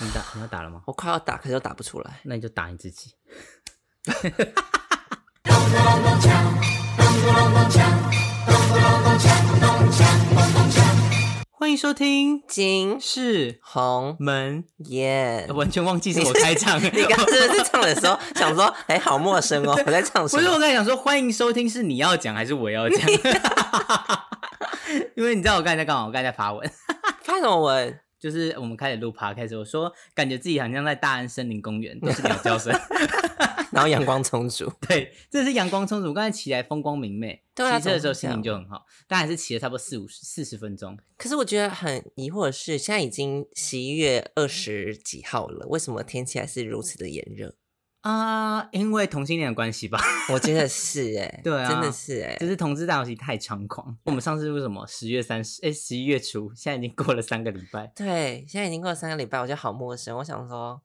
你打你要打了吗？我快要打，可是又打不出来。那你就打你自己。 欢迎收听金是红 门，呃艳，完全忘记是我开场。你刚刚是不是唱的时候想说，哎、好陌生哦，我在唱什不是么？我在想说，欢迎收听是你要讲还是我要讲？ 因为你知道我刚才在干嘛？我刚才在发文，发什么 文？就是我们开始录 p 开始我说感觉自己好像在大安森林公园，都是鸟叫声。然后阳光 充足，对，这是阳光充足，刚才骑来风光明媚，对啊骑车的时候怎心么会情这就很好，但还是骑了差不多四五四十分钟。可是我觉得很疑惑的是，现在已经十一月二十几号了，为什么天气还是如此的炎热？啊、因为同性恋的关系吧， 我觉得是哎、对啊真的是哎、就是同志大游戏太猖狂。我们上次为什么十月三十，哎，十一月初，现在已经过了三个礼拜。对，现在已经过了三个礼拜，我觉得好陌生。我想说，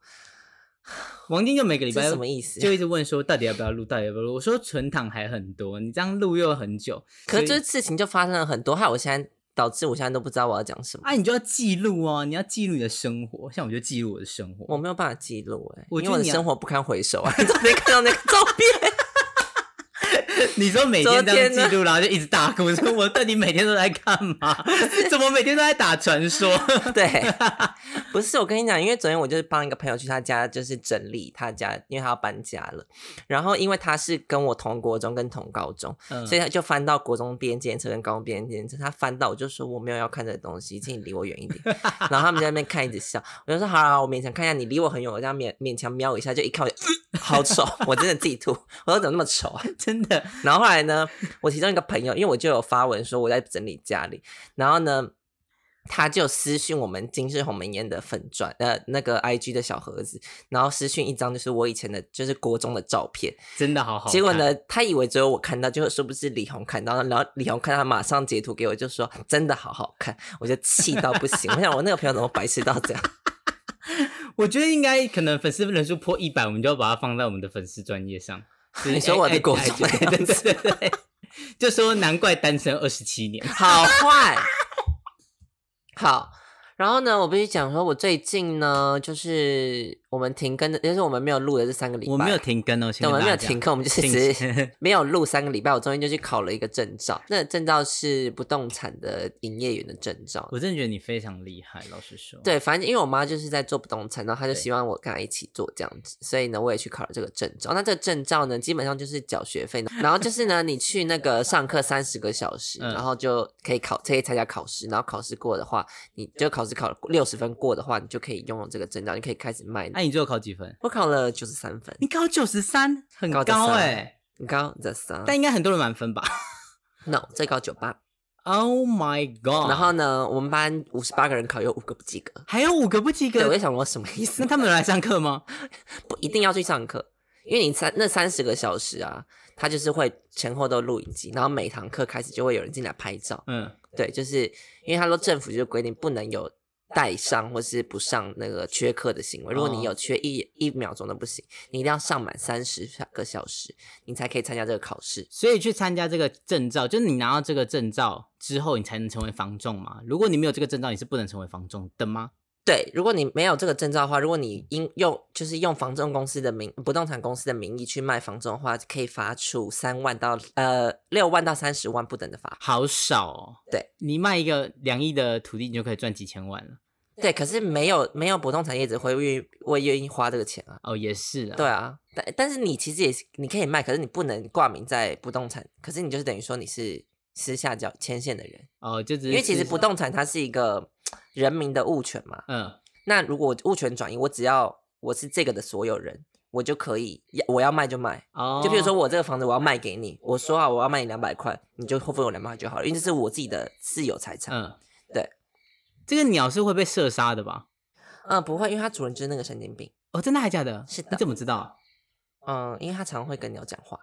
王晶就每个礼这拜是什么意思？就一直问说，到底要不要录，到底要不要录？我说存档还很多，你这样录又很久，可是所这以事情就发生了很多，害我现在导致我现在都不知道我要讲什么，啊，你就要记录哦，你要记录你的生活。像我就记录我的生活，我没有办法记录哎、我因觉为我得的你要生活不堪回首啊！ 你昨天看到那个照片， 你说每天这样昨天记录，然后就一直大哭，说我到底每天都在干 嘛？怎么每天都在打传说？对，不是我跟你讲，因为昨天我就是帮一个朋友去他家，就是整理他家，因为他要搬家了。然后因为他是跟我同国中跟同高中，嗯 所以他就翻到国中边检车跟高中边检车，他翻到我就说我没有要看这个东西，请你离我远一点。然后他们在那边看一直笑，我就说好啊啦，我勉强看一下，你离我很远，我这样勉勉强瞄一下，就一看我就、呃好丑，我真的自己吐，我说怎么那么丑啊？ 真的， 然后后来呢，我其中一个朋友，因为我就有发文说我在整理家里，然后呢，他就私讯我们金氏鸿门宴的粉钻呃那个 IG 的小盒子，然后私讯一张就是我以前的，就是国中的照片。真的好好看。结果呢，他以为只有我看到，结果殊不知李红看到，然后李红看到他马上截图给我，就说真的好好看，我就气到不行。我想我那个朋友怎么白痴到这 样？我觉得应该可能粉丝人数破一百，我们就要把它放在我们的粉丝专业上。就是你说我的国中哎哎对的样对对对， 就说难怪单身二十七年。 好坏，好。然后呢，我必须讲说，我最近呢，就是我们停更的，就是我们没有录的这三个礼拜，我没有，停更哦，对，先我跟们没大家有讲停更，我们就是停只 是没有录三个礼拜。我中间就去考了一个证照，那个证照是不动产的营业员的证照。我真的觉得你非常厉害，老实说。，对，反正因为我妈就是在做不动产，然后她就对希望我跟她一起做这样子，所以呢，我也去考了这个证照。那这个证照呢，基本上就是缴学费，然后就是呢，你去那个上课三十个小时，嗯然后就可以考，可以参加考试，然后考试过的话，你就考试考六十分过的话，你就可以拥有这个证照，你可以开始卖。那、你最后考几 分？我考了九十三分，你考九十三，很高的高三哎、你刚刚在三但应该很多人满分吧 ？No，最高九八。 ？Oh my god！然后呢，我们班五十八个人考，有五个不及格。还有五个不及对，我格就，想说什么意思那？他们有来上课吗？不一定要去上课，因为你三那三十个小时啊，他就是会前后都录影机，然后每堂课开始就会有人进来拍照。嗯，对，就是因为他说政府就规定不能有带上或是不上那个缺课的行为，如果你有缺一一秒钟都不行，你一定要上满三十个小时，你才可以参加这个考试。所以去参加这个证照，就是你拿到这个证照之后，你才能成为房仲嘛。如果你没有这个证照，你是不能成为房仲的吗？对，如果你没有这个证照的话，如果你因用就是用房仲公司的名不动产公司的名义去卖房仲的话，可以罚处三万到呃六万到三十万不等的罚款好少哦。对，你卖一个两亿的土地，你就可以赚几千万了。对，可是没有没有不动产业者会愿意会愿意花这个钱啊。哦，也是啊。对，啊，但但是你其实也是你可以卖，可是你不能挂名在不动产，可是你就是等于说你是私下交牵线的人，哦，就只是因为其实不是，动产它是一个人民的物权嘛。嗯，那如果物权转移，我只要我是这个的所有人，我就可以要我要卖就卖。哦，就比如说我这个房子我要卖给你，我说啊好我要卖你两百块，你就付我两百块就好了，因为这是我自己的自有财产。嗯嗯，对，这个鸟是会被射杀的吧？啊不会，因为它主人就是那个神经病。哦，真的还假的？是的你怎么知道？ 嗯，因为它常会跟鸟讲话。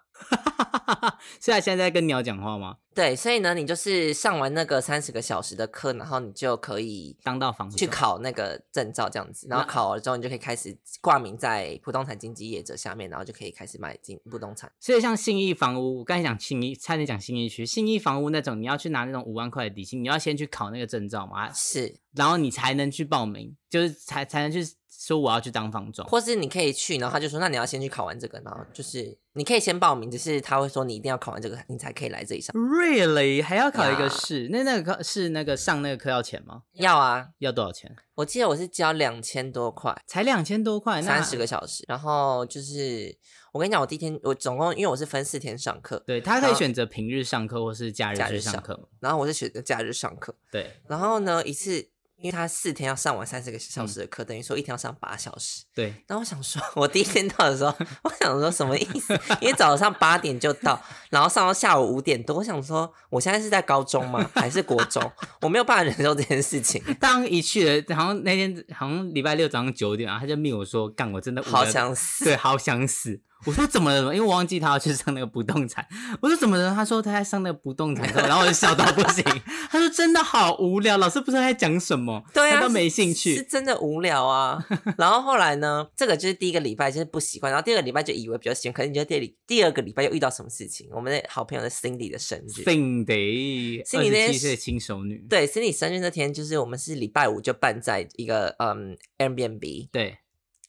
所以他现在在跟鸟讲话吗？对，所以呢，你就是上完那个三十个小时的课，然后你就可以当到房去仲考那个证照，这样子。然后那考了之后，你就可以开始挂名在不动产经纪业者下面，然后就可以开始买进不动产。所以像信义房屋，我刚才讲信义，差点讲信义区，信义房屋那种，你要去拿那种五万块的底薪，你要先去考那个证照嘛，是，然后你才能去报名，就是才才能去说我要去当房仲，或是你可以去，然后他就说，那你要先去考完这个，然后就是你可以先报名，只是他会说你一定要考完这个，你才可以来这里嗯上。 Really 还要考一呀个试？那那个课是那个上那个课要钱吗？要啊，要多少钱？我记得我是交两千多块，才两千多块，哎那三十个小时，然后就是我跟你讲，我第一天我总共因为我是分四天上课，对他可以好选择平日上课或是假日假去日上上课嘛？然后我是选择假日上课，对然后呢一次。因为他四天要上完三十个嗯小时的课，等于说一天要上八小时。 对，然后我想说，我第一天到的时候，我想说什么意思？因为早上八点就到，然后上到下午五点多，我想说，我现在是在高中吗？还是国中？我没有办法忍受这件 事情，当一去了，好像那天好像礼拜六早上九点，然后啊他就命我说：“干，我真的无好聊想 死。对，好想死。”我说怎么了？因为我忘记他要去上那个不动产。我说怎么了？他说他在上那个不动产课，然后我就笑到不行。他说真的好无聊，老师不知道在讲什么， 对啊，他都没兴是，是趣。真的无 聊啊。然后后来呢，这个就是第一个礼拜就是不习惯，然后第二个礼拜就以为比较习惯，可是你觉得第二礼第二个礼拜又遇到什么事情？我们的好朋友的 Cindy 的生日，定得是二你十那七岁的轻熟女，对，Cindy 生日那天就是我们是礼拜五就办在一个嗯 Airbnb，对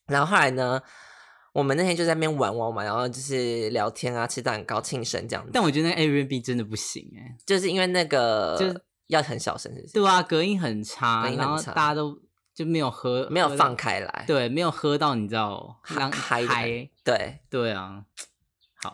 然后后来呢，我们那天就在那边玩玩玩，然后就是聊天啊，吃蛋糕、庆生这样子，但我觉得那 Airbnb 真的不行哎、就是因为那个就是要很小声，是不是？对啊，隔音很差，隔音很然后差大家都就没有喝，没有喝到放，开来，对，没有喝到，你知道，嗨让嗨的嗨，对，对啊，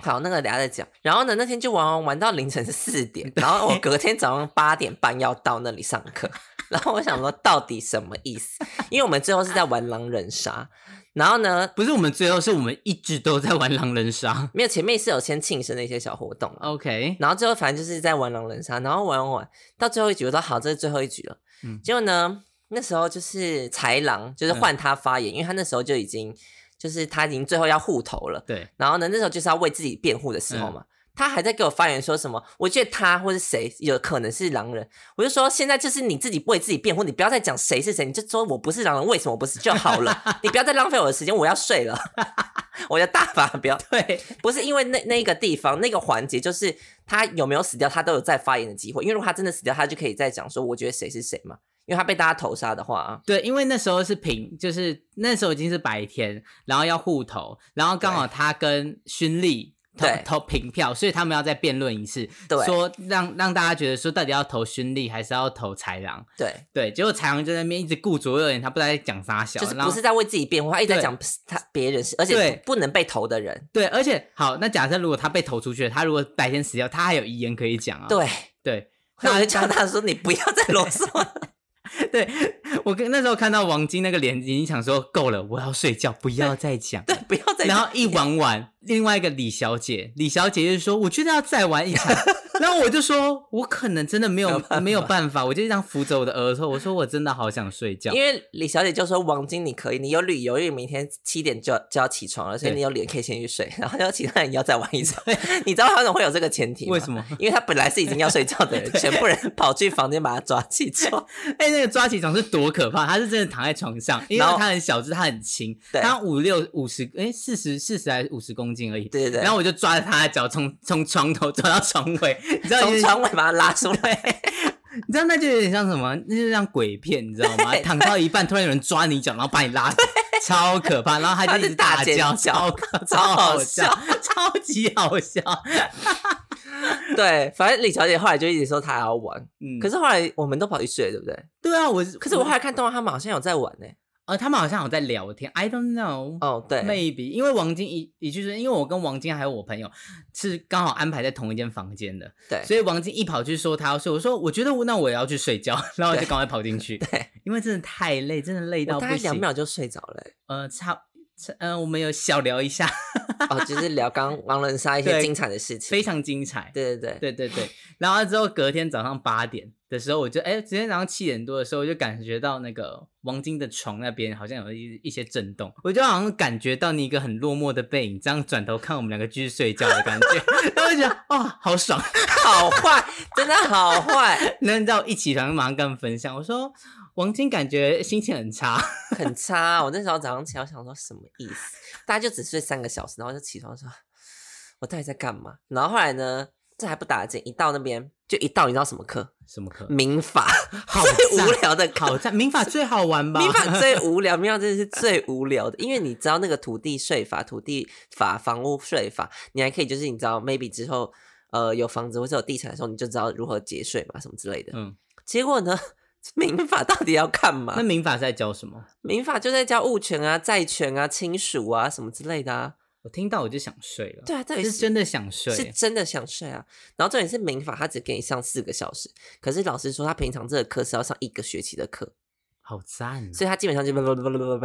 好，那个等下再讲。然后呢，那天就玩玩玩到凌晨四点，然后我隔天早上八点半要到那里上课。 然后我想说，到底什么意思？因为我们最后是在玩狼人杀，然后呢，不是我们最后，是我们一直都在玩狼人杀。没有前面是有先庆生的一些小活动啊， OK，然后最后反正就是在玩狼人杀，然后玩玩玩到最后一局，我说好，这是最后一局了。嗯结果呢，那时候就是豺狼，就是换他发言，因为他那时候就已经就是他已经最后要护头了。对， 然后呢，那时候就是要为自己辩护的时候嘛，他还在给我发言说什么，我觉得他或是谁有可能是狼人，我就说现在就是你自己为自己辩护，你不要再讲谁是谁，你就说我不是狼人，为什么我不是就好了，你不要再浪费我的时间，我要睡了， 我的大发飙，对，不是因为那那个地方那个环节，就是他有没有死掉，他都有再发言的机会，因为如果他真的死掉，他就可以再讲说我觉得谁是谁嘛，因为他被大家投杀的话啊，对，因为那时候是平，就是那时候已经是白天，然后要互投，然后刚好他跟勋丽投对投平票，所以他们要再辩论一次，对说让让大家觉得说到底要投勋丽还是要投豺狼？对，对，结果豺狼就在那边一直顾左右而言他不知道在讲啥小，就是然后不是在为自己辩护，他一直在对讲他别人是，而且对不能被投的人，对，而且好，那假设如果他被投出去了，他如果白天死掉，他还有遗言可以讲啊。对。对那我就那叫他说：“你不要再啰嗦了。对， 我跟那时候看到王晶那个脸，已经想说够了，我要睡觉，不要再 讲。对，不要再。”然后一玩完，另外一个李小姐，李小姐就说：“我觉得要再玩一场。” 然后我就说：“我可能真的没有没有办法，我就这样扶着我的额头，我说我真的好想睡觉。因为李小姐就说：“王晶，你可以，你有理由，因为明天七点就要就要起床了，所以对你有理由可以先去睡。然后要其他人要再玩一场，你知道他为什么会有这个前提吗？为什么？因为他本来是已经要睡觉 的人，全部人跑去房间把他抓起床。哎、那个抓起床是多可怕！他是真的躺在床上，因为然后他很小只，他很轻，对他五六五十，哎，四十四十还是五十公斤而已。对对对然后我就抓着他的脚，从从床头抓到床尾， 你知道就从是床尾把他拉出来，你知道那就有点像什么？那就像鬼片，你知道吗？躺到一半，突然有人抓你脚，然后把你拉走，超可怕。然后他就一直他就大尖叫，叫超可超超好好笑笑，超级好笑。对，反正李小姐后来就一直说她还要玩，嗯，可是是后来我们都跑去睡了，对不对？对啊，我可是我后来看动画，他们好像有在玩呢、呃，他们好像有在聊天，I don't know。哦，对， maybe，因为王晶一一就是因为我跟王晶还有我朋友是刚好安排在同一间房间的，对所以王晶一跑去说他要睡，我说我觉得我那我也要去睡觉， 然后我就对赶快跑进去，对，因为真的太累，真的累到我大不概两行。秒就睡着了、欸。呃，差，差呃，我们有小聊一下，哦，就是聊刚狼人杀一些对精彩的事情非。常精彩。对对对，对对对，然后之后隔天早上八点的时候，我就哎，昨天早上七点多的时候，我就感觉到那个王晶的床那边好像有一一些震动，我就好像感觉到你一个很落寞的背影，这样转头看我们两个继续睡觉的感觉， 然后我就觉得哦，好爽。 好坏，真的好坏，然后你知道我一起床就马上跟他们分享，我说王晶感觉心情很差，很差。我那时候早上起来，我想说什么意思？大家就只睡三个小时，然后就起床说，我到底在干嘛？然后后来呢，这还不打紧，一到那边就一到，你知道什么课？什么课？民法， 好最赞无聊的课好。在民法最好玩吧？民法 最无聊，民法真的是最无聊的，因为你知道那个土地税法、土地法、房屋税法，你还可以就是你知道，maybe 之后呃有房子或者有地产的时候，你就知道如何节税嘛，什么之类的。嗯，结果呢， 民法到底要干嘛那？民法是在教什么？民法就在教物权啊、债权啊、亲属啊什么之类的啊。我听到我就想睡了。对啊，到底是真的想睡。是真的想睡啊。然后重点是民法，他只给你上四个小时，可是老师说他平常这个课是要上一个学期的课，好赞、哦！所以他基本上就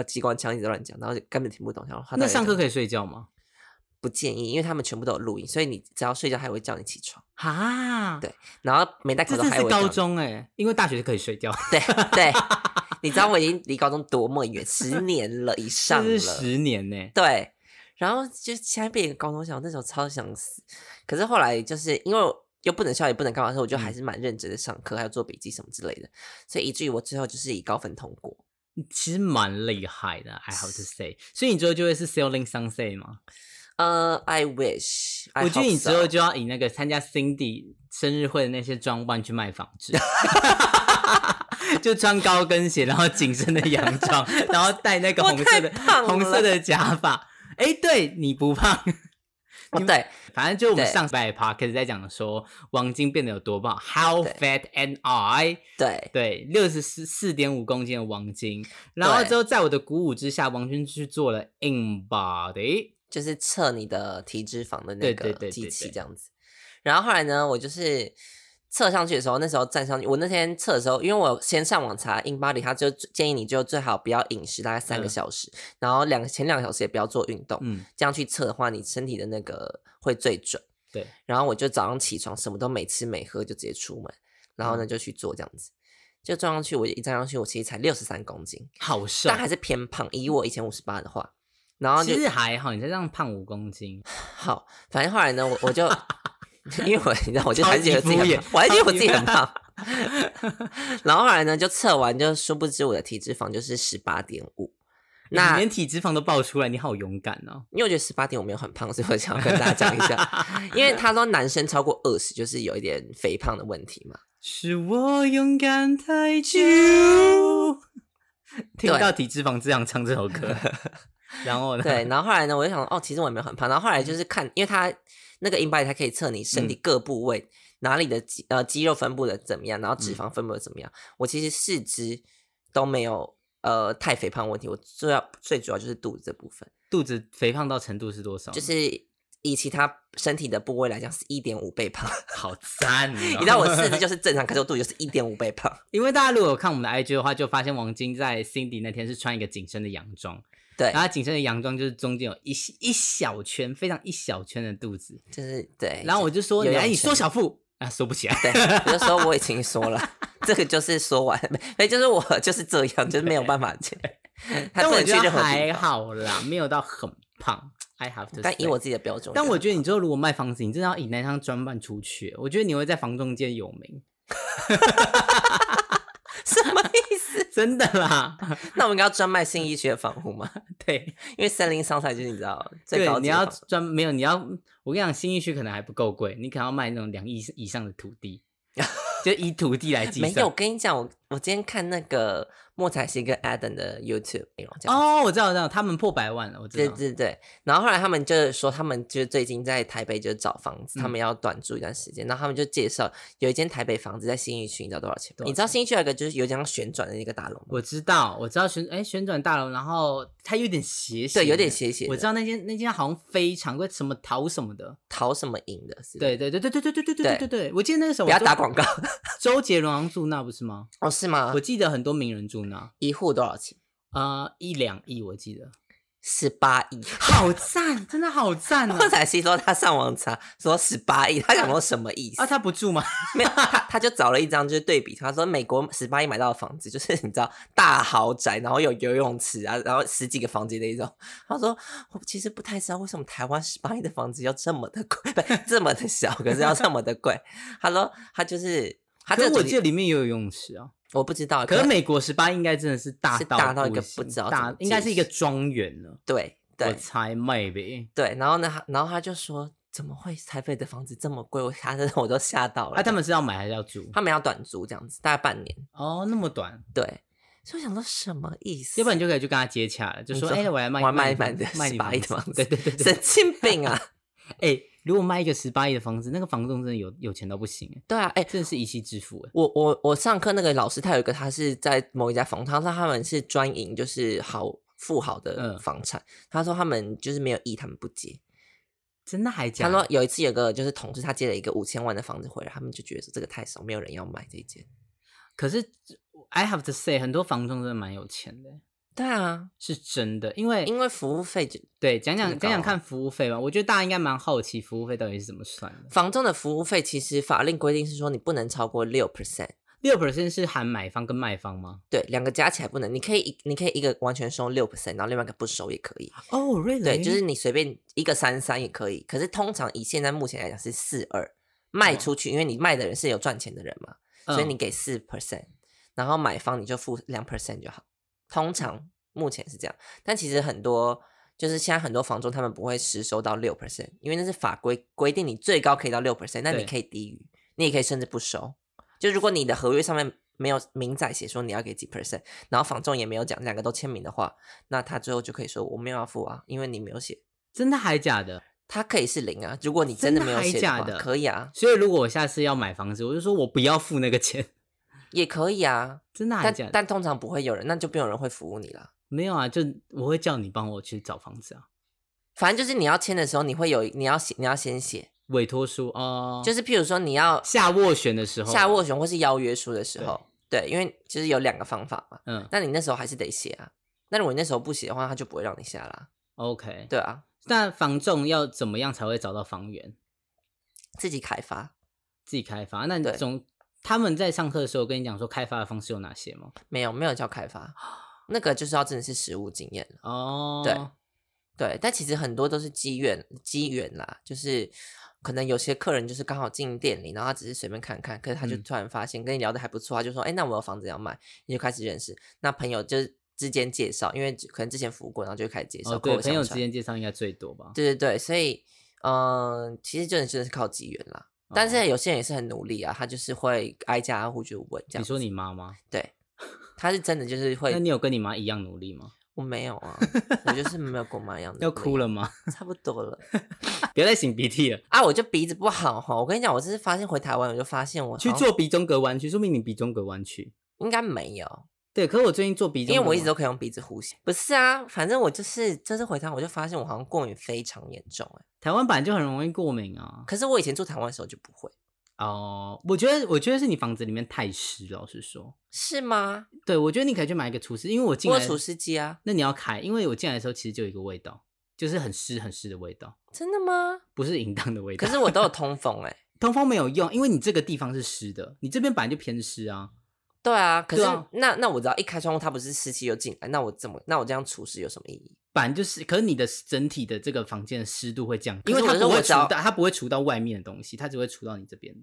机关枪一直乱讲，然后就根本听不懂。然后他那上课可以以睡觉吗？不建议，因为他们全部都有录音，所以你只要睡觉，他也会叫你起床。哈，对然后没戴口这罩，真还是会叫高你。中哎、因为大学可以睡觉，对 对，你知道我已经离高中多么远，十年了以上这是了。十年呢、对，然后就现在变成高中小，那时候超想死。可是后来就是因为我又不能笑，也不能干嘛，所以我嗯就还是蛮认真的上课，还有做笔记什么之类的。所以以至于我最后就是以高分通过。其实蛮厉害的，I have to say。所以你之后就会是 Sailing Sunset 吗呃、i wish，I 我觉得 hope 你之后 so 就要以那个参加 Cindy 生日会的那些装扮去卖纺 织，就穿高跟鞋，然后紧身的洋 装，然后戴那个我红色的太胖了红色的假发。哎，对你不胖，哦对反正就我们对上礼拜 p o d c a s 在讲说王晶变得有多棒，How 对 fat am I？对对，六十四四点五公斤的王晶，然后对之后在我的鼓舞之下，王晶去做了 in body，就是测你的体脂肪的对那对个对机对器对这样子。然后后来呢，我就是测上去的时候，那时候站上去，我那天测的时候，因为我先上网查 InBody，它就建议你就最好不要饮食大概三个嗯小时，然后两个前两个小时也不要做运动，嗯，这样去测的话，你身体的那个会最准。对，然后我就早上起床什么都没吃没喝就直接出门，然嗯后呢就去做这样子，就撞上去，我一站上去，我其实才六十三公斤，好瘦但，还是偏胖，以我以前五十八的话，然后就其实还好，你才这样胖五公斤，好，反正后来呢，我 我就因为我你知道，我就还是觉得自己超很级敷胖衍，我还是觉得超我自级己很胖。 然后后来呢，就测完，就殊不知我的体脂肪就是十八点 五。你那连体脂肪都爆出来，你好勇敢哦！因为我觉得十八点五没有很胖，所以我想要跟大家讲一下，因为他说男生超过二十就是有一点肥胖的问题嘛。是我勇敢太久，听对到体脂肪这样唱这首 歌，然后呢？对，然后后来呢，我就想哦，其实我也没有很胖。然后后来就是看，因为它那个 InBody 它可以测你身体嗯各部位、哪里的肌呃肌肉分布的怎么样，然后嗯脂肪分布的怎么样。我其实四肢都没有呃太肥胖问题，我最要最主要就是肚子这部分，肚子肥胖到程度是多少？就是。以其他身体的部位来讲，是一点五倍胖。 好赞、哦！你知道我四肢就是正常，可是我肚子就是一点五倍胖。 因为大家如果有看我们的 IG 的话，就发现王晶在 Cindy 那天是穿一个紧身的洋装，对然，后他紧身的洋装就是中间有一一小圈，非常一小圈的肚子，就是对。然后我就说，哎有你泳哎，你圈缩小腹啊，缩不起 来，对，我就说我已经说了， 这个就是说完，没，就是我就是这样，就是没有办法去。他但不我能去觉得任何地还方，好啦，没有到很胖。I have to，但以 say 我自己的标准，但我我觉觉得你之后如果卖房子，你真的要以那张专办出去，我觉得你会在房仲界有名， 得 什么意思？真的啦。 那我们应该要专卖新医学房屋吗？对因为森林商赛就是你知道最对高，你级的要房专没有你要，我跟你讲，新一区可能还不够贵，你可能要卖那种两亿以上的土 地，就以土地来计没算。有，我跟你讲，我我今天看那个莫彩希跟 Adam 的 YouTube 内容，这样哦，我知道，我知道，他们破百万了，我知对道。对对，然后后来他们就是说，他们就是最近在台北就是找房子，他嗯们要短住一段时间，然后他们就介绍有一间台北房子在新义区，你知道多少钱吗？多少你知道新义区有一个就是有点像旋转的一个大楼吗？我知道，我知道旋哎旋转大楼，然后它有点斜斜的，对，有点斜斜的，我知道那间那间好像非常贵，什么陶什么的，逃什么营的是？，对对对对对对对对对对对对对，我记得那个时候我不要周打 广告周杰伦好像住那不是吗？哦，是吗我？记得很多名人住那，一户多少钱？呃，一两亿我记得，十八亿。 好赞，真的好赞啊莫！彩希说他上网查说十八亿，他想说什么意思？啊，他不住吗？没有，他他就找了一张就是对比，他说美国十八亿买到的房子就是你知道大豪宅，然后有游泳池啊，然后十几个房间那一种。 他说我其实不太知道为什么台湾十八亿的房子要这么的贵， 不这么的小，可是要这么的贵。 他说他就是他可这是个我主记题得里面也有游泳池啊。我不知道，可是美国十八应该真的是大是到大到一个行不知道怎大么，应该解是一个释庄园了。对我对猜 maybe。对，然后呢，他然后他就说。怎么会台北的房子这么贵？我吓得我都吓到了。啊，他们是要买还是要租？他们要短租这样子，大概半年。哦，那么短，对，所以我想说什么意思？要不然你就可以去跟他接洽了，就你说，说哎、我来卖，我来卖卖你的卖你18亿的房房对子对对 对，神经 病啊！哎、如果卖一个十八亿的房子，那个房东真的有有钱到不行，哎，对啊，哎、真的是一夕致富，哎，我我我上课那个老师，他有一个，他是在某一家房，他说他们是专营，就是好富豪的嗯房产。他说他们就是没有意，他们不接。真的还假他的？说有一次有个就是同事，他接了一个五千万的房子回来，他们就觉得说这个太少，没有人要买这一间。可是 I have to say，很多房东真的蛮有钱的，哎对啊，是真的，因为因为服务费就对讲讲真的高讲讲啊看服务费吧，我觉得大家应该蛮好奇服务费到底是怎么算的。房仲的服务费，其实法令规定是说你不能超过六 percent，六 percent 是含买方跟卖方吗？对，两个加起来不能。你可以一你可以一个完全收六 percent，然后另外一个不收也可以。哦、r e a l l y 对，就是你随便一个三三也可以，可是通常以现在目前来讲是四二卖哦出去，因为你卖的人是有赚钱的人嘛，所以嗯你给四 percent，然后买方你就付两 percent 就好。通常目前是这样，但其实很多就是现在很多房东他们不会实收到六 percent，因为那是法规规定你最高可以到六 percent，但你对可以低于，你也可以甚至不收。就如果你的合约上面没有明载写说你要给几 percent，然后房仲也没有讲，两个都签名的话，那他最后就可以说我没有要付啊，因为你没有写。真的还假的？他可以是零啊，如果你真真的的没有还写假话的可以啊，所以如果我下次要买房子，我就说我不要付那个钱，也可以啊，真的还但假的？但通常不会有人，那就没有人会服务你啦。没有啊，就我会叫你帮我去找房子啊，反正就是你要签的时候，你会有你要写，你要先写，委托书哦，就是是譬如说你要下斡旋的时候，下斡旋或是邀约书的时候，对，因为就是有两个方法嘛。嗯那你那时候还是得写啊。那如果你那时候不写的话，他就不会让你下啦。 ，OK，对啊，那房仲要怎么样才会找到房源？自己开发自己开发？那你对总他们在上课的时候跟你讲说开发的方式有哪些吗？没有没有叫开发，那个就是要真的是实务经验了。哦，对对，但其实很多都是机缘机缘啦，就是可能有些客人就是刚好进店里，然后他只是随便看看，可是他就嗯突然发现跟你聊的还不错，他就说：“哎、那我有房子要卖。”你就开始认识，那朋友就是之间介绍，因为只可能之前服务过，然后就开始介绍，哦口对，口朋相友之传间介绍应该最多吧？对对对，所以嗯、呃其实真的真的是靠机缘啦。但哦是有些人也是很努力啊，他就是会挨家挨户去问这你样子。说你妈妈，对，他是真的就是那会，你有跟你妈一样努力吗？我没有 啊，我就是没有跟我妈一样的。要哭，了吗？ 差不多了。不要再擤鼻涕了，啊，我就鼻子不好哈。我跟你讲，我这次发现回台湾，我就发现我去好像做鼻中隔弯曲，说明你鼻中隔弯曲。应该没有，对，可是我最近做鼻中因隔弯，为我一直都可以用鼻子呼吸。不是啊，反正我就是这次回台湾，我就发现我好像过敏非常严重哎、台湾版就很容易过敏啊。可是我以前住台湾的时候就不会，哦，我觉得我觉得是你房子里面太湿，老实说。是吗？对，我觉得你可以去买一个除湿，因为我进我来有除湿机啊，那你要开，因为我进来的时候其实就有一个味道，就是很湿很湿的味道，真的吗？不是淫荡的味道。可是我都有通风哎、通风没有用，因为你这个地方是湿的，你这边本来就偏湿啊。对啊，可是、对啊那那我只要一开窗户，它不是湿气就进来，那我怎么那我这样除湿有什么意义？反正就是，可是你的整体的这个房间的湿度会降低，可因是为它我觉得不会我除只要到，它不会除到外面的东西，它只会除到你这边的。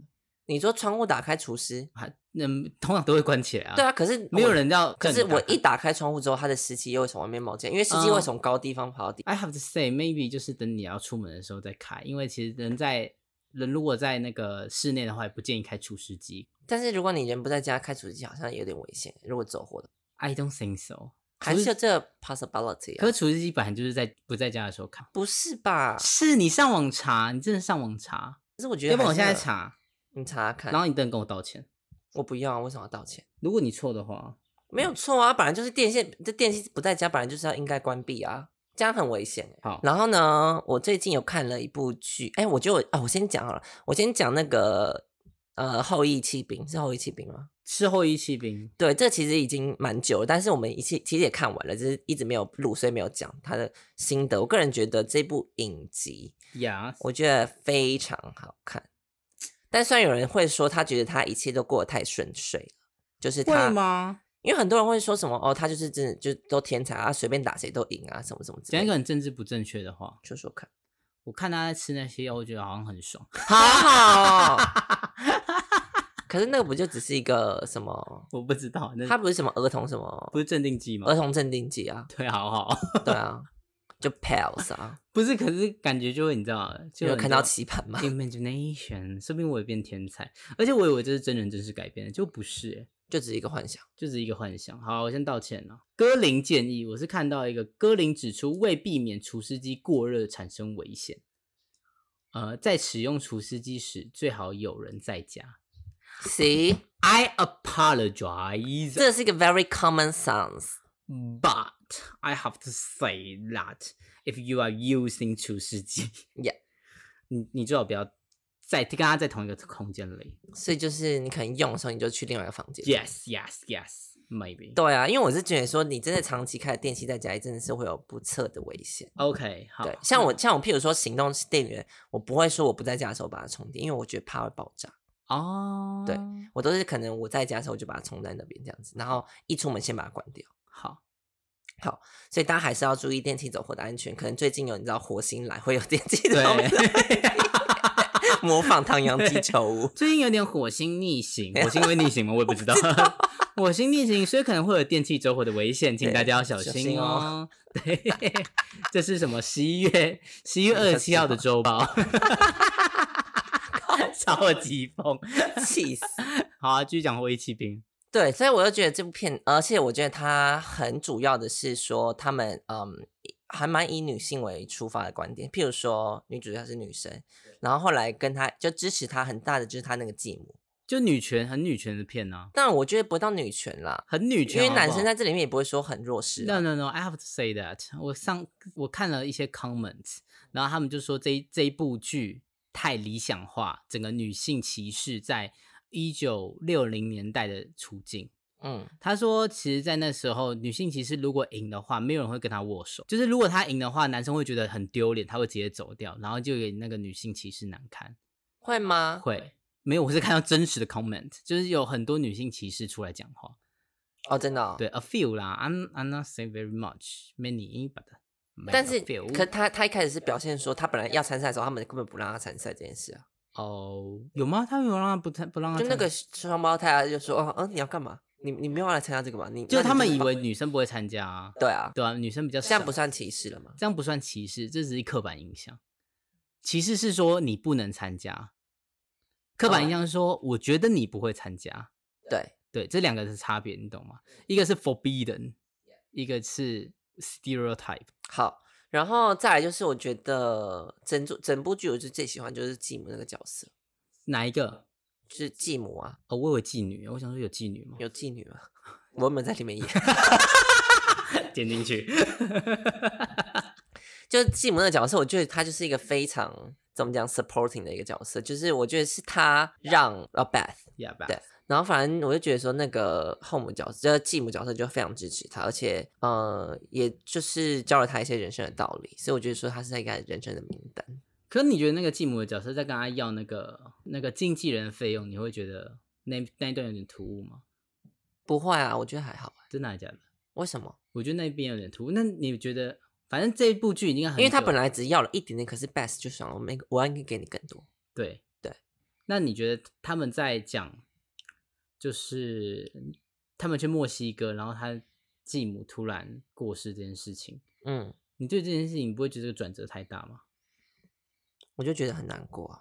你说窗户打开除湿，还嗯，通常都会关起来啊。对啊，，可是没有我。人要叫可你打是开。我一打开窗户之后，它的湿气又会从外面冒进来，因为湿气嗯会从高地方跑到低。 I have to say maybe 就是等你要出门的时候再开，因为其实人在人如果在那个室内的话，也不建议开除湿机。但是如果你人不在家，开除湿机好像有点危险。如果走火的， I don't think so。还是有这个 possibility 可啊？是除湿机本来就是在不在家的时候开。不是吧？是你上网查，你真的上网查，可啊是我觉得，要不然我现在，查，你查查然看。后你等跟我道歉。我不要啊，为什么要道歉？如果你错的话，没有错啊，本来就是电线，这电线不在家，本来就是要应该关闭啊，这样很危险欸。好，然后呢，我最近有看了一部剧，哎，我觉得我啊，我先讲好了，我先讲那个呃《后羿弃兵》是《后羿弃兵》吗？事后一骑兵，对，这其实已经蛮久了，但是我们一起其实也看完了，只是一直没有录，所以没有讲他的心得。我个人觉得这部影集，呀，我觉得非常好看。但虽然有人会说，他觉得他一切都过得太顺遂了，就是会他，吗？因为很多人会说什么哦，他就是真的就都天才啊，随便打谁都赢啊，什么什么之讲一类个的。很政治不正确的话，说说看， 我看他在吃那些药，我觉得好像很爽。 好好、哦。可是那个不就只是一个 什么？我不知道，那他不是什么儿童什么呃不是镇定剂吗儿？童镇定剂啊？对，好好。对啊，就 pals 啊，不是，可是感觉就会你知道，就你有很看到多棋盘吗？ imagination，说不定我也变天才，而且我以为这是真人真事改编的，就不是、欸，就只是一个幻 想。就是一个幻想。好，我先道歉了。歌林建议，我是看到一个歌林指出，为避免除湿机过热产生危险，呃，在使用除湿机时，最好有人在家。 See， I apologize。这是一个 very common sense。 But I have to say that if you are using 除湿机 Yeah 你你最好不要在跟他在同一个空间里。所以就是你可能用的时候，你就去另外一个房间。 Yes, yes, yes, maybe. 对啊，因为我是觉得说，你真的长期开着电器在家里，真的是会有不测的危险。 OK，好嗯对，，像我像我，譬如说行动电源，我不会说我不在家的时候把它充电，因为我觉得怕会爆炸。哦，对我都是可能我在家的时候就把它充在那边这样子，然后一出门先把它关掉。 好，所以大家还是要注意电器走火的安全。可能最近有你知道火星来会有电器走对，，火 模仿唐扬鸡球屋最近有点火星逆 行，火星会逆行吗？我也不知道。火星逆行，所以可能会有电器走火的危险，请对大家要小小心心哦哦。 对，这是什么？十一月十 一月二十七号的周报，超级疯。 气死！好啊，继续讲《火一骑兵》。对，所以我就觉得这部片，而且我觉得它很主要的是说，他们嗯，还蛮以女性为出发的观点。譬如说，女主角是女生，然后后来跟她就支持她很大的就是她那个继母，就女权，很女权的片呢、但我觉得不到女权啦，很女因权为好不好男生在这里面也不会说很弱势、 No 啊。 no no, I have to say that 我。上我看了一些 comments，然后他们就说这一这一部剧太理想化，整个女性歧视在一九六零年代的处境。嗯，他说，其实，在那时候，女性歧视如果赢的话，没有人会跟她握手。就是如果她赢的话，男生会觉得很丢脸，他会直接走掉，然后就给那个女性歧视难堪。会吗？会没有？我是看到真实的 comment，就是有很多女性歧视出来讲话。哦，真的、哦。对，a few 啦，I'm I'm not saying very much many but 但是 a few，可他他一开始是表现说，他本来要参赛的时候，他们根本不让他参赛这件事啊。哦有吗？他们有让他不参不让他就那参个双胞胎啊，就说哦，嗯、你要干嘛？你你没有要来参加这个吧？你就那是你他们是以把为女生不会参加啊，对啊，对啊，女生比较这样少不算歧视了吗？这样不算歧视，这只是刻板印象。歧视是说你不能参加，刻板印哦象是说我觉得你不会参加，对，对，这两个是差别，你懂吗？一个是 forbidden，一个是 stereotype。好，然后再来就是我觉得整组整部剧我就最喜欢就是继母那个角色，哪一个？就是继母啊，哦，我有妓女，我想说有妓女吗？有继女啊， 我有没有在里面 演？点进去。就是继母那个角色，我觉得她就是一个非常怎么讲 supporting 的一个角色，就是我觉得是她让呃 Beth。 yeah, but 对然后反正我就觉得说，那个后母角色，就是继母角色就非常支持他，而且呃，也就是教了他一些人生的道理，所以我觉得说他是在给他人生的名单。可是你觉得那个继母的角色在跟他要那个那个经纪人的费用，你会觉得那那一段有点突兀吗？不会啊，我觉得还好啊。真的还假的？为什么？我觉得那边有点突兀。那你觉得，反正这部剧已经很久，因为他本来只要了一点点，可是 Best 就想我没，我应该给你更多。对对。那你觉得他们在讲，就是他们去墨西哥，然后他继母突然过世这件事情，嗯，你对这件事情不会觉得这个转折太大吗？我就觉得很难过啊，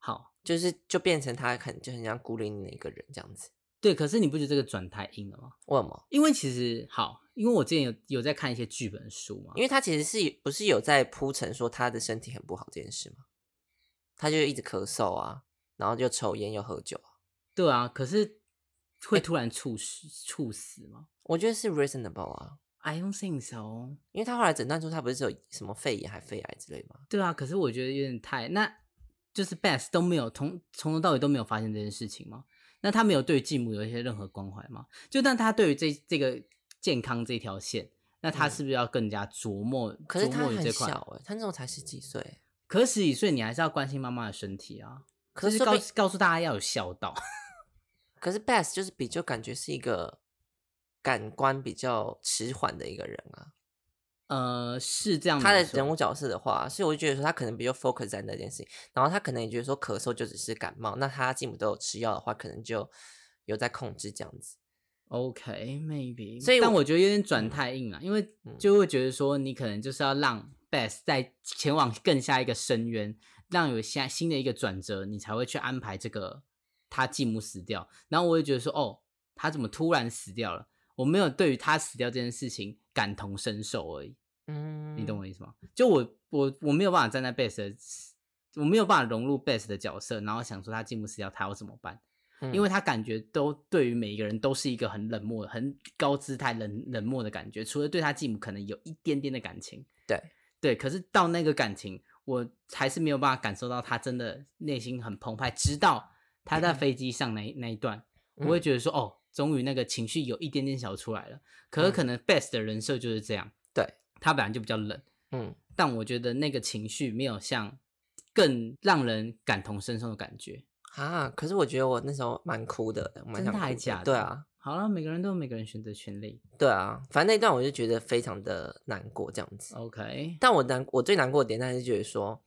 好，就是就变成他很就很像孤零零的一个人这样子。对，可是你不觉得这个转太硬了吗？为什么？因为其实好，因为我之前有有在看一些剧本书嘛，因为他其实是不是有在铺陈说他的身体很不好这件事吗？他就一直咳嗽啊，然后就抽烟又喝酒啊。对啊，可是会突然猝死猝死吗哎我觉得是 reasonable 啊， ？I don't think so。因为他后来诊断出他不是有什么肺炎还肺癌之类吗？对啊，可是我觉得有点太那，就是 Beth 都没有从从头到尾都没有发现这件事情吗？那他没有对继母有一些任何关怀吗？就但他对于这这个健康这条线，那他嗯是不是要更加琢磨？可是琢他磨于很这块小，哎、他那时候才十几岁，可是十几岁你还是要关心妈妈的身体啊，可就是是说不告告诉大家要有孝道。可是 Beth 就是比就感觉是一个感官比较迟缓的一个人啊。呃，是这样没错，他的人物角色的话，所以我就觉得说他可能比较 focus 在那件事情，然后他可能也觉得说咳嗽就只是感冒，那他继母都有吃药的话，可能就有在控制这样子。 OK，maybe，、所以但我我觉得有点转太硬了，因为嗯就会觉得说你可能就是要让 Beth 在前往更下一个深渊，让有下新的一个转折，你才会去安排这个他继母死掉。然后我也觉得说，哦，他怎么突然死掉了？我没有对于他死掉这件事情感同身受而已，嗯，你懂我意思吗？就我我我没有办法站在 Beth 的，我没有办法融入 Beth 的角色，然后想说他继母死掉，他要怎么办？嗯，因为他感觉都对于每一个人都是一个很冷漠、很高姿态、冷冷漠的感觉，除了对他继母可能有一点点的感情，对对，可是到那个感情，我还是没有办法感受到他真的内心很澎湃，直到他在飞机上那一那一段，我会嗯觉得说，哦，终于那个情绪有一点点小出来了。可是可能 Best 的人设就是这样，嗯对他本来就比较冷，嗯但我觉得那个情绪没有像更让人感同身受的感觉。啊，可是我觉得我那时候蛮哭的，我蛮真的想还哭假的？对啊，，好了，每个人都有每个人选择权利。对啊，反正那一段我就觉得非常的难过这样哦子。 OK，但我难，我最难过的点，但是觉得说，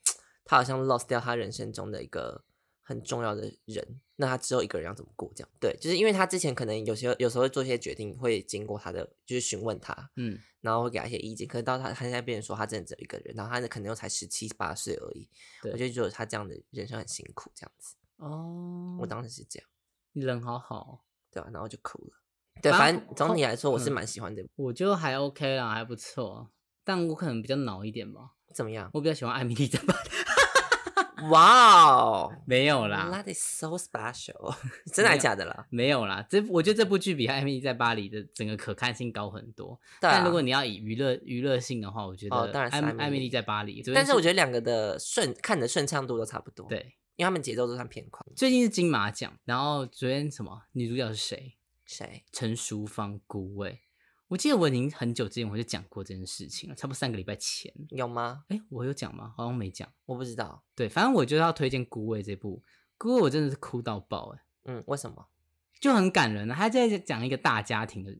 他好像 lost 掉他人生中的一个很重要的人，那他之后一个人要怎么过？这样对，就是因为他之前可能有些有时候会做一些决定，会经过他的就是询问他，嗯，然后会给他一些意见。可是到他他现在变成说他真的只有一个人，然后他可能又才十七八岁而已，对我就觉得他这样的人生很辛苦，这样子。哦，我当时是这样，你人好好，对啊吧、然后就哭了。对，反反正正总体来说我是嗯蛮喜欢的。我就还 OK 啦，还不错，但我可能比较恼一点吧，怎么样？我比较喜欢艾米丽的吧，哇哦！没有啦， That is so special，真 的没还有假的啦？没有啦，这我觉得这部剧比艾米丽在巴黎的整个可看性高很多。对啊但如果你要以娱乐娱乐性的话，我觉得哦当然是艾艾米丽艾米丽在巴黎，但是我觉得得两个的顺看的顺畅度都差不多，，对，因为他们节奏都算偏快。最近是金马奖，然后昨天什么女主角是谁？谁？陈淑芳孤位。我记得我已经很久之前我就讲过这件事情了，差不多三个礼拜前。有吗？哎，我有讲吗？好像没讲。我不知道。对，反正我就要推荐《孤味》这部，《孤味》我真的是哭到爆、哎，嗯，为什么？就很感人啊。他在讲一个大家庭的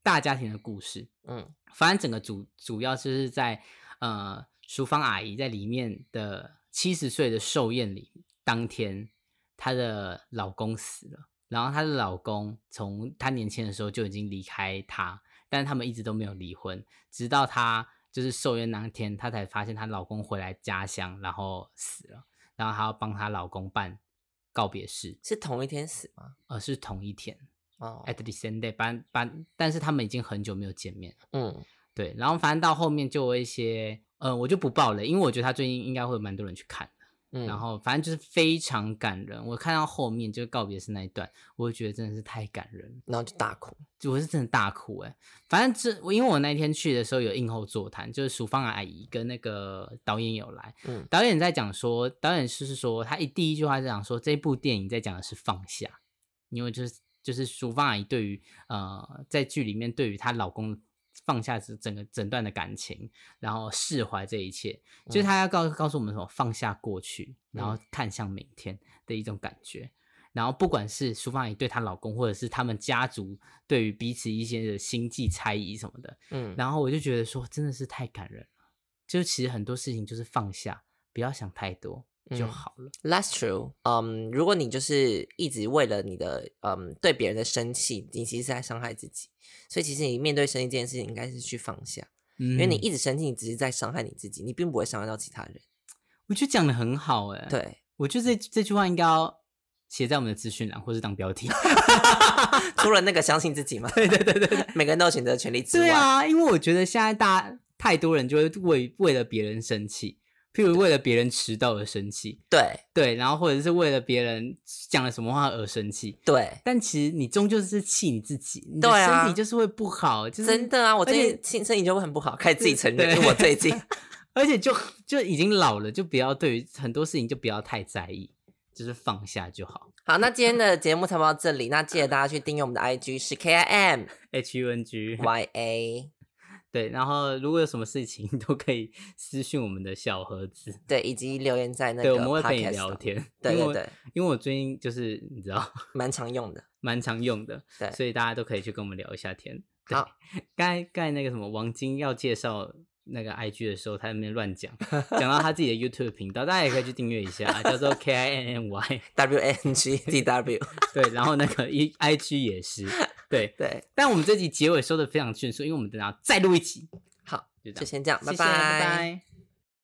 大家庭的故事，嗯反正整个主主要就是在呃淑芳阿姨在里面的七十岁的寿宴里，当天她的老公死了，然后她的老公从她年轻的时候就已经离开她，但是他们一直都没有离婚，直到她就是寿宴那天，她才发现她老公回来家乡，然后死了，然后她要帮她老公办告别式，是同一天死吗？呃，是同一天哦， at the same day，班班，但是他们已经很久没有见面了。嗯对，然后反正到后面就有一些，呃，我就不爆了，因为我觉得他最近应该会有蛮多人去看的。嗯，然后反正就是非常感人，我看到后面就是告别式那一段，我就觉得真的是太感人了，然后就大哭。就我是真的大哭哎、反正这我因为我那天去的时候有映后座谈，就是淑芳阿姨跟那个导演有来，嗯导演在讲说，导演是是说他一第一句话是讲说这部电影在讲的是放下，因为就是就是淑芳阿姨对于呃在剧里面对于她老公放下这整个整段的感情，然后释怀这一切，就是嗯他要告告诉我们什么放下过去，然后嗯看向明天的一种感觉。然后不管是淑芳阿姨对她老公，或者是他们家族对于彼此一些的心计猜疑什么的，嗯，然后我就觉得说，真的是太感人了。就其实很多事情就是放下，不要想太多就嗯好了。 That's true。嗯，如果你就是一直为了你的嗯对别人的生气，你其实是在伤害自己。所以其实你面对生气这件事情，应该是去放下，嗯因为你一直生气，你只是在伤害你自己，你并不会伤害到其他人。我觉得讲的很好哎、，对，我觉得这这句话应该要写在我们的资讯栏，或是当标 题。除了那个相信自己嘛，对对对对对，每个人都有选择权利之对外，啊，因为我觉得现在大太多人就会为为了别人生气，譬如为了别人迟到而生气，对对，然后或者是为了别人讲了什么话而生气。对，但其实你终究是气你自己，你的对啊身体就是会不好，就是真的啊，我嗯而最且嗯近亲身体就会很不好，开始自己承对认，因为我最近 而且就就已经老了，就不要对于很多事情就不要太在意，就是放下就好。好，那今天的节目差不多到这里，那记得大家去订阅我们的 IG 是 K I M E H U N G， Y A，对，然后如果有什么事情都可以私讯我们的小盒子，对，以及留言在那对，个我们会陪你 podcast 聊哦，天。对因为对我对，因为我最近就是你知道 蛮常用的，蛮常用的，对所以大家都可以去跟我们聊一下天。对好，刚才刚才那个什么王晶要介绍那个 IG 的时候，他在那边乱讲，讲到他自己 的 YouTube 频道，大家也可以去订阅一下，啊叫做 K I N N Y。 W A N G T W， 对，然后那个一 IG 也是，对， 对，但我们这集结尾收的非常迅速，因为我们等下再录一集。好，就这就样，先这样，谢谢拜拜拜